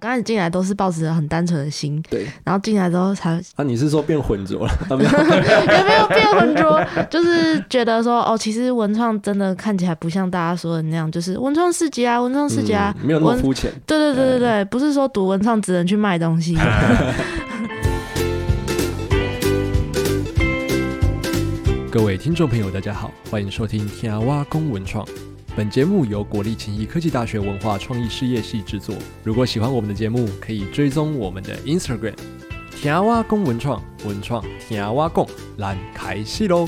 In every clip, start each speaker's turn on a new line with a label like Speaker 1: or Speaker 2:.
Speaker 1: 刚开始进来都是抱着很单纯的心，
Speaker 2: 对，
Speaker 1: 然后进来之后 才
Speaker 2: 啊，你是说变浑浊了？啊，没有，
Speaker 1: 有没有变浑浊？ 就是觉得说，哦，其实文创真的看起来不像大家说的那样，就是文创市集啊，文创市集啊，
Speaker 2: 嗯没有那么
Speaker 1: 文，
Speaker 2: 肤浅。
Speaker 1: 对对对对对，不是说读文创只能去卖东 西。
Speaker 2: 各位听众朋友，大家好，欢迎收听《天涯挖工文创》。本节目由国立勤益科技大学文化创意事业系制作。如果喜欢我们的节目，可以追踪我们的 Instagram“ 天涯挖工文创”，文创天涯挖工，来开戏喽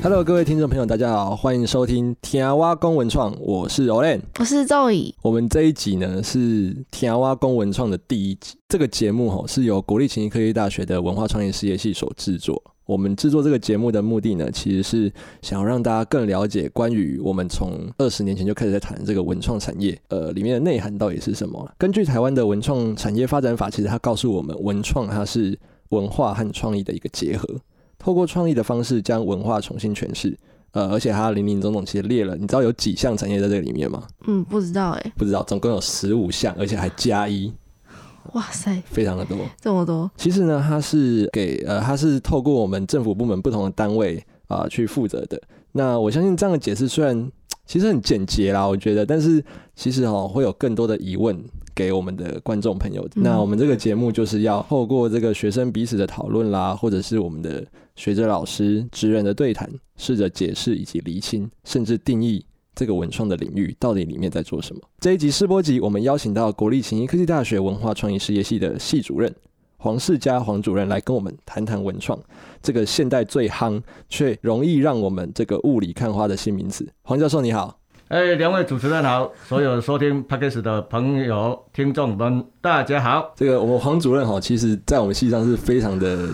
Speaker 2: ！Hello，各位听众朋友，大家好，欢迎收听《天涯挖工文创》，我是 Olen。
Speaker 1: 我是周乙，
Speaker 2: 我们这一集呢是田蛙公文创的第一集。这个节目吼是由国立勤益科技大学的文化创意事业系所制作。我们制作这个节目的目的呢，其实是想要让大家更了解关于我们从二十年前就开始在谈这个文创产业，呃，里面的内涵到底是什么啊。根据台湾的文创产业发展法，其实它告诉我们，文创它是文化和创意的一个结合，透过创意的方式将文化重新诠释。呃，而且它林林总总其实列了，你知道有几项产业在这个里面吗？
Speaker 1: 嗯，不知道哎、
Speaker 2: 不知道，总共有十五项，而且还加一，
Speaker 1: 哇塞，
Speaker 2: 非常的多。
Speaker 1: 这么多，
Speaker 2: 其实呢，它是给呃，它是透过我们政府部门不同的单位啊、去负责的。那我相信这样的解释虽然其实很简洁啦，我觉得，但是其实哦会有更多的疑问给我们的观众朋友。
Speaker 1: 嗯
Speaker 2: 那我们这个节目就是要透过这个学生彼此的讨论啦，或者是我们的学者老师、职人的对谈，试着解释以及厘清，甚至定义这个文创的领域到底里面在做什么。这一集试播集，我们邀请到国立勤益科技大学文化创意事业系的系主任黄世佳黄主任来跟我们谈谈文创这个现代最夯却容易让我们这个雾里看花的新名词。黄教授你好，
Speaker 3: 哎，两位主持人好，所有收听 p a c k a g e 的朋友、听众们，大家好。
Speaker 2: 这个我们黄主任哈，其实在我们系上是非常的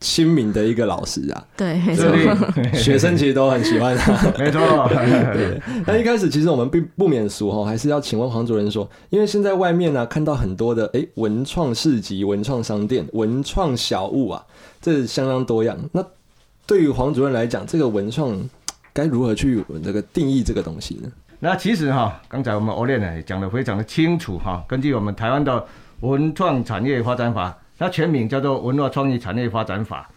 Speaker 2: 亲民的一个老师啊，
Speaker 1: 对，没错
Speaker 3: 这，里
Speaker 2: 学生其实都很喜欢他。
Speaker 3: 没错，
Speaker 2: 那一开始其实我们并不免俗哈，还是要请问黄主任说，因为现在外面呢、啊看到很多的诶文创市集、文创商店、文创小物啊，这相当多样。那对于黄主任来讲，这个文创嘖该如何去这个定义这个东西呢？
Speaker 3: 那其实哈、刚才我们欧练呢也讲得非常的清楚哈、根据我们台湾的文创产业发展法，它全名叫做《文化创意产业发展法》。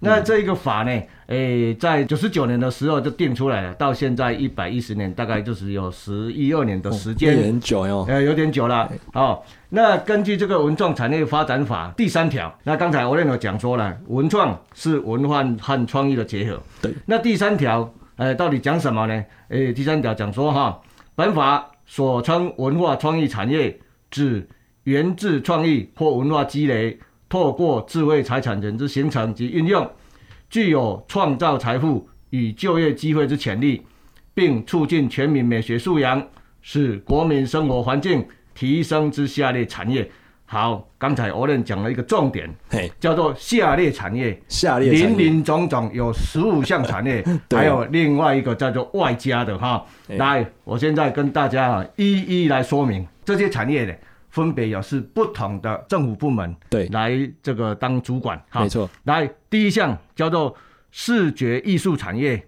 Speaker 3: 那这一个法呢，诶、在九十九年的时候就定出来了，到现在一百一十年，大概就是有十一二年的时间。
Speaker 2: 也很久哟、
Speaker 3: 呃，有点久了。哦，那根据这个文创产业发展法第三条，那刚才我认有讲说了，文创是文化和创意的结合。
Speaker 2: 对，
Speaker 3: 那第三条，呃，到底讲什么呢？呃，第三条讲说哈，本法所称文化创意产业，指源自创意或文化积累，透过智慧财产权之形成及运用，具有创造财富与就业机会之潜力，并促进全民美学素养。是国民生活环境提升之下列产业。好，刚才欧任讲了一个重点，
Speaker 2: 嘿，
Speaker 3: 叫做下列产业，
Speaker 2: 下列产
Speaker 3: 林
Speaker 2: 业，
Speaker 3: 林总总有十五项产业
Speaker 2: 对
Speaker 3: 还有另外一个叫做外加的哈。
Speaker 2: 哎
Speaker 3: 来，我现在跟大家啊一一来说明这些产业呢，分别有是不同的政府部门
Speaker 2: 对，
Speaker 3: 来这个当主管哈
Speaker 2: 没。错，
Speaker 3: 来，第一项叫做视觉艺术产业，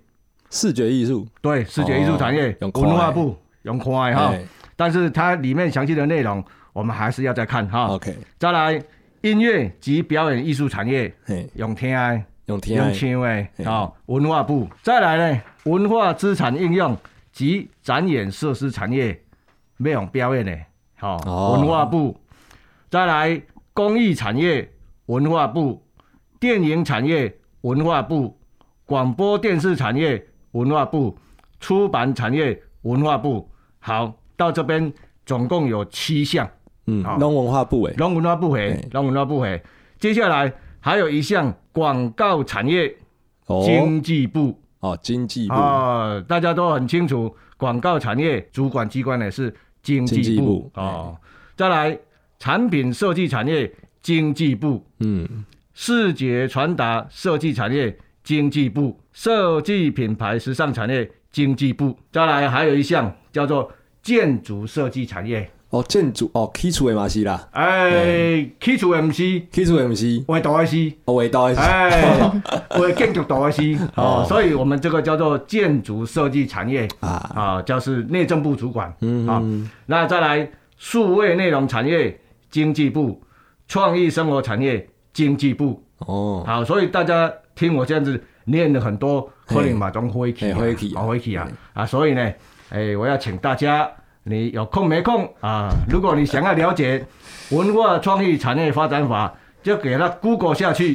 Speaker 2: 视觉艺术，
Speaker 3: 对，视觉艺术产业，
Speaker 2: 哦用看的
Speaker 3: 文化部用快哈。
Speaker 2: 哎
Speaker 3: 但是它里面详细的内容，我们还是要再看哈。
Speaker 2: ，OK，
Speaker 3: 再来，音乐及表演艺术产业，
Speaker 2: 嘿，
Speaker 3: 用听的、
Speaker 2: 用天
Speaker 3: 用
Speaker 2: 爱，
Speaker 3: 唱的，
Speaker 2: 嘿
Speaker 3: 哦，文化部。再来呢，文化资产应用及展演设施产业，要用表演的，好、
Speaker 2: 哦
Speaker 3: 文化部。再来，公益产业，文化部；电影产业，文化部；广播电视产业，文化部；出版产业，文化部。好，到这边总共有七项。
Speaker 2: 嗯，
Speaker 3: 好
Speaker 2: 弄文化部委，
Speaker 3: 龙文化部回
Speaker 2: 对，
Speaker 3: 龙文化部回。接下来还有一项广告产业
Speaker 2: 哦
Speaker 3: 经济部
Speaker 2: 哦，经济部，
Speaker 3: 哦，大家都很清楚，广告产业主管机关呢是经
Speaker 2: 经
Speaker 3: 济
Speaker 2: 济
Speaker 3: 部
Speaker 2: 部
Speaker 3: 哦。再来，产品设计产业经济部，
Speaker 2: 嗯，
Speaker 3: 视觉传达设计产业经济部，设计品牌时尚产业经济部。再来还有一项叫做建筑设计产业，
Speaker 2: 哦，建筑，哦，基础 MC 啦，
Speaker 3: 哎，基础 MC。
Speaker 2: 基础 MC，
Speaker 3: 我大师，
Speaker 2: 哦，味道 MC，
Speaker 3: 哎，我建筑大师
Speaker 2: 哦
Speaker 3: 哦，所以我们这个叫做建筑设计产业
Speaker 2: 啊，
Speaker 3: 啊，就是内政部主管
Speaker 2: 嗯
Speaker 3: 啊。那再来数位内容产业经济部、创意生活产业经济部。
Speaker 2: 哦，
Speaker 3: 好，所以大家听我这样子念了很多，可能马中会去
Speaker 2: 嘿火气啊
Speaker 3: 啊，会去啊啊，所以呢，哎、我要请大家，你有空没空啊？如果你想要了解文化创意产业发展法，就给它 Google 下去，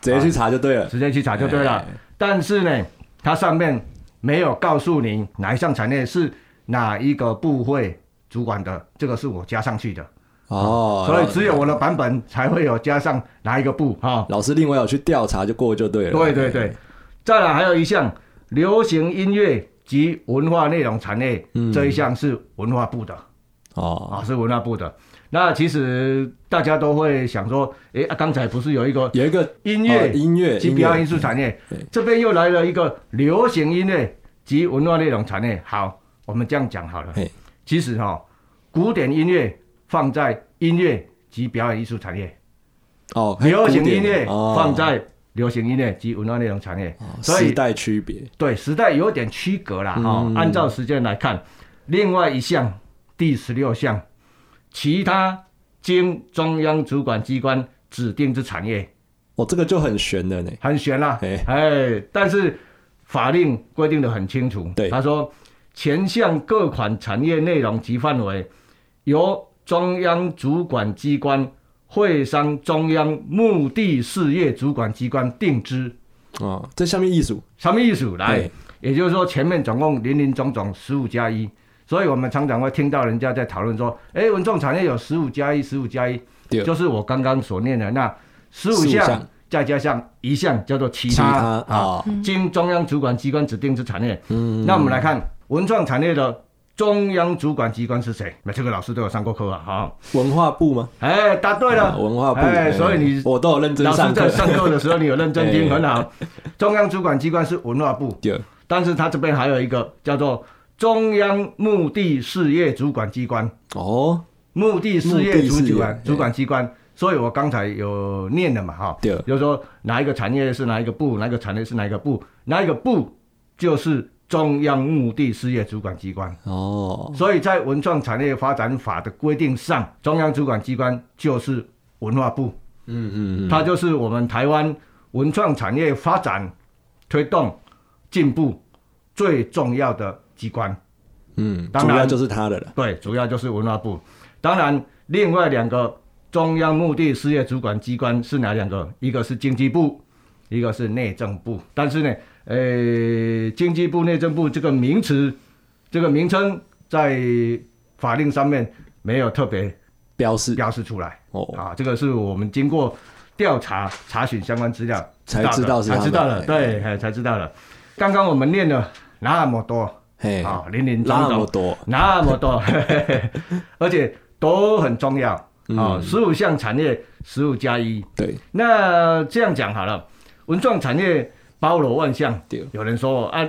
Speaker 2: 直接去查就对了。
Speaker 3: 直接去查就对了
Speaker 2: 哎。
Speaker 3: 但是呢，它上面没有告诉你哪一项产业是哪一个部会主管的，这个是我加上去的，
Speaker 2: 哦，
Speaker 3: 啊所以只有我的版本才会有加上哪一个部哈。
Speaker 2: 老师另外有去调查就过就对了。
Speaker 3: 对对对，再来还有一项流行音乐及文化内容产业，这一项是文化部的
Speaker 2: 嗯哦，
Speaker 3: 啊，是文化部的。那其实大家都会想说，诶，啊刚才不是有一个
Speaker 2: 有一个
Speaker 3: 音
Speaker 2: 哦
Speaker 3: 乐
Speaker 2: 音乐
Speaker 3: 及
Speaker 2: 音
Speaker 3: 表演
Speaker 2: 乐
Speaker 3: 艺术产业
Speaker 2: 对，
Speaker 3: 这边又来了一个流行音乐及文化内容产业。好，我们这样讲好了
Speaker 2: 嘿。
Speaker 3: 其实哈、古典音乐放在音乐及表演艺术产业，
Speaker 2: 哦，还有
Speaker 3: 流行
Speaker 2: 古典
Speaker 3: 音乐
Speaker 2: 哦
Speaker 3: 放在流行音乐及文化内容产业，
Speaker 2: 哦
Speaker 3: 所以
Speaker 2: 时代区别
Speaker 3: 对，时代有点区隔啦，哈、
Speaker 2: 嗯
Speaker 3: 按照时间来看，另外一项第十六项，其他经中央主管机关指定之产业，
Speaker 2: 哦，这个就很悬了呢。
Speaker 3: 很悬啦
Speaker 2: 嘿，
Speaker 3: 哎，但是法令规定的很清楚，
Speaker 2: 对
Speaker 3: 他说前项各款产业内容及范围，由中央主管机关会商中央目的事业主管机关定之。
Speaker 2: 哦，这下面艺术
Speaker 3: 什么意思？来
Speaker 2: 对，
Speaker 3: 也就是说前面总共林林总总十五加一，所以我们常常会听到人家在讨论说，哎、文创产业有十五加一，十五加一
Speaker 2: 对，
Speaker 3: 就是我刚刚所念的那十五
Speaker 2: 15
Speaker 3: 项
Speaker 2: 项，
Speaker 3: 再加上一项叫做其
Speaker 2: 其
Speaker 3: 他
Speaker 2: 他啊，
Speaker 3: 经中央主管机关指定之产业。
Speaker 2: 嗯，
Speaker 3: 那我们来看文创产业的中央主管机关是谁？那这个老师都有上过课啊，好，
Speaker 2: 文化部吗？
Speaker 3: 哎，答对
Speaker 2: 啊
Speaker 3: 了，
Speaker 2: 文化部。哦
Speaker 3: 哎，所以你
Speaker 2: 我都有认真
Speaker 3: 老师
Speaker 2: 上
Speaker 3: 在
Speaker 2: 课。
Speaker 3: 上课的时候你有认真听，
Speaker 2: 哎
Speaker 3: 很好。中央主管机关是文化部。
Speaker 2: 对，
Speaker 3: 但是它这边还有一个叫做中央目的事业主管机关，
Speaker 2: 哦，
Speaker 3: 目的事业主
Speaker 2: 目的事业
Speaker 3: 管主管机关。所以我刚才有念了嘛，哈，
Speaker 2: 对
Speaker 3: 就是说哪一个产业是哪一个部，哪一个产业是哪一个部，哪一个部就是中央目的事业主管机关。
Speaker 2: 哦，
Speaker 3: 所以在文创产业发展法的规定上，中央主管机关就是文化部。
Speaker 2: 嗯嗯嗯，
Speaker 3: 它就是我们台湾文创产业发展、推动、进步最重要的机关。
Speaker 2: 嗯，
Speaker 3: 当
Speaker 2: 主
Speaker 3: 然
Speaker 2: 要就是他的了。
Speaker 3: 对，主要就是文化部。当然，另外两个中央目的事业主管机关是哪两个？一个是经济部，一个是内政部。但是呢，呃，经济部、内政部这个名词、这个名称在法令上面没有特别
Speaker 2: 标示
Speaker 3: 标示出来。
Speaker 2: 哦，
Speaker 3: 啊，这个是我们经过调查查询相关资料
Speaker 2: 才
Speaker 3: 到的
Speaker 2: 知道是
Speaker 3: 才
Speaker 2: 他
Speaker 3: 知道
Speaker 2: 们
Speaker 3: 了，
Speaker 2: 哎
Speaker 3: 对，哎才知道了。刚刚我们念了那么多
Speaker 2: 嘿，
Speaker 3: 啊，林林
Speaker 2: 哎那
Speaker 3: 总
Speaker 2: 么
Speaker 3: 总
Speaker 2: 多，
Speaker 3: 那么多， 而且都很重要啊。十五项产业，十五加一。
Speaker 2: 对，
Speaker 3: 那这样讲好了，文创产业包罗万象
Speaker 2: 对。
Speaker 3: 有人说啊，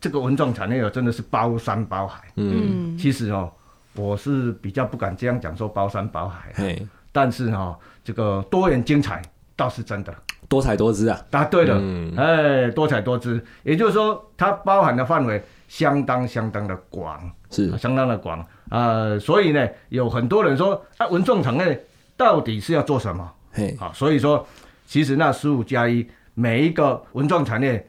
Speaker 3: 这个文创产业哦真的是包山包海。
Speaker 2: 嗯，
Speaker 1: 嗯，
Speaker 3: 其实哦，我是比较不敢这样讲，说包山包海。
Speaker 2: 嘿，
Speaker 3: 但是哈、这个多元精彩倒是真的。
Speaker 2: 多彩多姿啊。
Speaker 3: 答对了，
Speaker 2: 嗯
Speaker 3: 哎，多彩多姿，也就是说，它包含的范围相当相当的广，
Speaker 2: 是
Speaker 3: 相当的广。呃，所以呢，有很多人说，啊，文创产业到底是要做什么？
Speaker 2: 嘿，
Speaker 3: 啊，所以说，其实那十五加一，每一个文创产业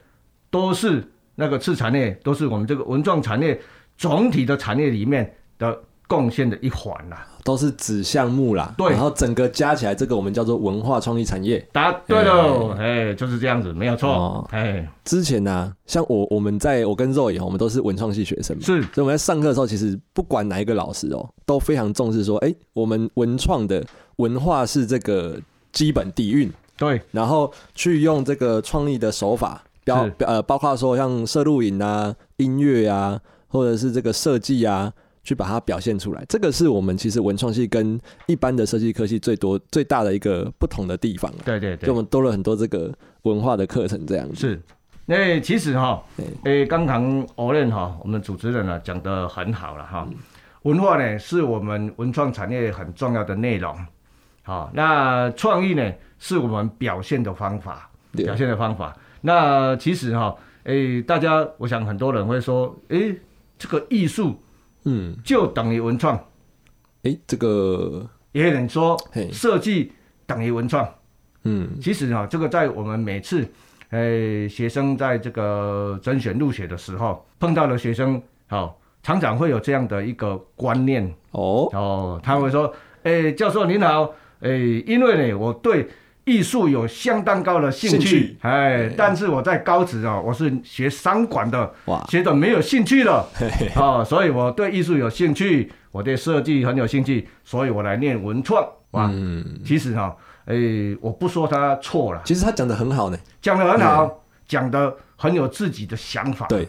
Speaker 3: 都是那个次产业，都是我们这个文创产业总体的产业里面的贡献的一环啦、
Speaker 2: 都是子项目啦。
Speaker 3: 对
Speaker 2: 然后整个加起来，这个我们叫做文化创意产业。
Speaker 3: 答对了，哎，就是这样子，没有错
Speaker 2: 哦，
Speaker 3: 哎，
Speaker 2: 之前呢、像我我们在我跟肉以后，我们都是文创系学生嘛，
Speaker 3: 是
Speaker 2: 所以我们在上课的时候，其实不管哪一个老师哦，都非常重视说，哎、我们文创的文化是这个基本底蕴，
Speaker 3: 对，
Speaker 2: 然后去用这个创意的手法，标
Speaker 3: 是
Speaker 2: 标呃，包括说像摄录影啊、音乐啊，或者是这个设计啊，去把它表现出来。这个是我们其实文创系跟一般的设计科系最多最大的一个不同的地方啊，
Speaker 3: 对对
Speaker 2: 就我
Speaker 3: 对，
Speaker 2: 们多了很多这个文化的课程这样子。
Speaker 3: 是。那、其实哈
Speaker 2: 对，
Speaker 3: 诶、刚刚欧任哈，我们主持人呢、啊讲得很好了哈。文化呢是我们文创产业很重要的内容，好、那创意呢是我们表现的方法。
Speaker 2: 对
Speaker 3: 表现的方法。那其实哈、诶、大家，我想哎很多人会说，诶、这个艺术
Speaker 2: 嗯，
Speaker 3: 就等于文创，
Speaker 2: 诶，这个，
Speaker 3: 也有人说
Speaker 2: 嘿
Speaker 3: 设计等于文创。
Speaker 2: 嗯
Speaker 3: 其实啊，这个在我们每次，呃，学生在这个甄选入学的时候碰到的学生，好、常常会有这样的一个观念
Speaker 2: 哦，
Speaker 3: 哦，他会说，诶，教授您好，诶，因为呢，我对艺术有相当高的兴
Speaker 2: 兴趣
Speaker 3: 趣，哎
Speaker 2: 对，
Speaker 3: 但是我在高职啊，我是学商管的，
Speaker 2: 哇，
Speaker 3: 学的没有兴趣了，
Speaker 2: 嘿嘿
Speaker 3: 哦，所以我对艺术有兴趣，我对设计很有兴趣，所以我来念文创，哇，
Speaker 2: 嗯，
Speaker 3: 其实哈、啊诶，我不说他错了，
Speaker 2: 其实他讲的很好呢，
Speaker 3: 讲的很好，讲的很有自己的想法。
Speaker 2: 对，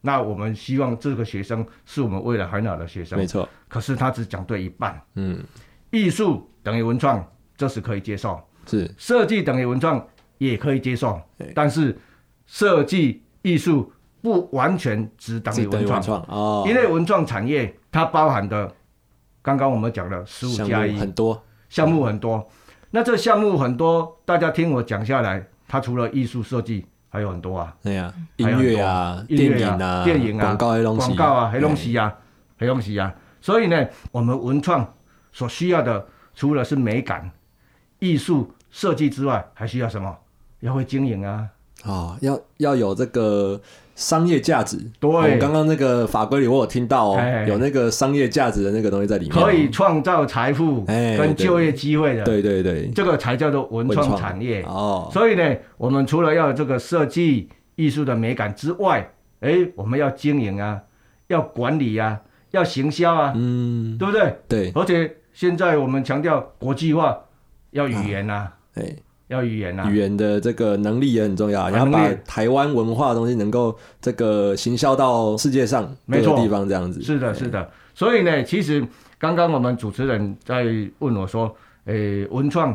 Speaker 3: 那我们希望这个学生是我们未来很好的学
Speaker 2: 没
Speaker 3: 生，
Speaker 2: 错，
Speaker 3: 可是他只讲对一半。
Speaker 2: 嗯，
Speaker 3: 艺术等于文创，这是可以接受；
Speaker 2: 是
Speaker 3: 设计等于文创也可以接受
Speaker 2: 对，
Speaker 3: 但是设计艺术不完全只等
Speaker 2: 只
Speaker 3: 于
Speaker 2: 等
Speaker 3: 文
Speaker 2: 于文
Speaker 3: 创，
Speaker 2: 创哦，
Speaker 3: 因为文创产业它包含的，刚刚我们讲了十五
Speaker 2: 项
Speaker 3: 加
Speaker 2: 目
Speaker 3: 一，
Speaker 2: 很多，
Speaker 3: 项目很多。那这项目很多，大家听我讲下来，它除了艺术设计，还有很多啊，
Speaker 2: 哎呀，音
Speaker 3: 还有很多
Speaker 2: 乐啊，
Speaker 3: 音
Speaker 2: 电
Speaker 3: 乐
Speaker 2: 影
Speaker 3: 啊、
Speaker 2: 啊，哎
Speaker 3: 电影啊、
Speaker 2: 广告黑东西，
Speaker 3: 广告啊、黑东西啊、黑东西啊。所以呢，我们文创所需要的，除了是美感、艺术设计之外，还需要什么？要会经营啊。
Speaker 2: 哦，要要有这个商业价值。哦
Speaker 3: 对
Speaker 2: 我刚刚那个法规里我有听到哦
Speaker 3: 哎，
Speaker 2: 有那个商业价值的那个东西在里面。
Speaker 3: 可以，创造财富
Speaker 2: 哎
Speaker 3: 跟
Speaker 2: 对
Speaker 3: 就业机会的，
Speaker 2: 对对对，
Speaker 3: 这个才叫做文
Speaker 2: 文
Speaker 3: 创
Speaker 2: 创
Speaker 3: 产业。
Speaker 2: 哦，
Speaker 3: 所以呢，我们除了要有这个设计艺术的美感之外，哎，我们要经营啊，要管理啊，要行销啊，
Speaker 2: 嗯，
Speaker 3: 对不对？
Speaker 2: 对，
Speaker 3: 而且现在我们强调国际化，要语言啊，
Speaker 2: 哎，
Speaker 3: 要语言啊
Speaker 2: 语，言的这个能力也很重要，
Speaker 3: 啊
Speaker 2: 然后把
Speaker 3: 能力
Speaker 2: 台湾文化的东西能够这个行销到世界上各
Speaker 3: 没
Speaker 2: 个
Speaker 3: 错
Speaker 2: 地方，这样子。
Speaker 3: 是的，是的。所以呢，其实刚刚我们主持人在问我说，诶，文创、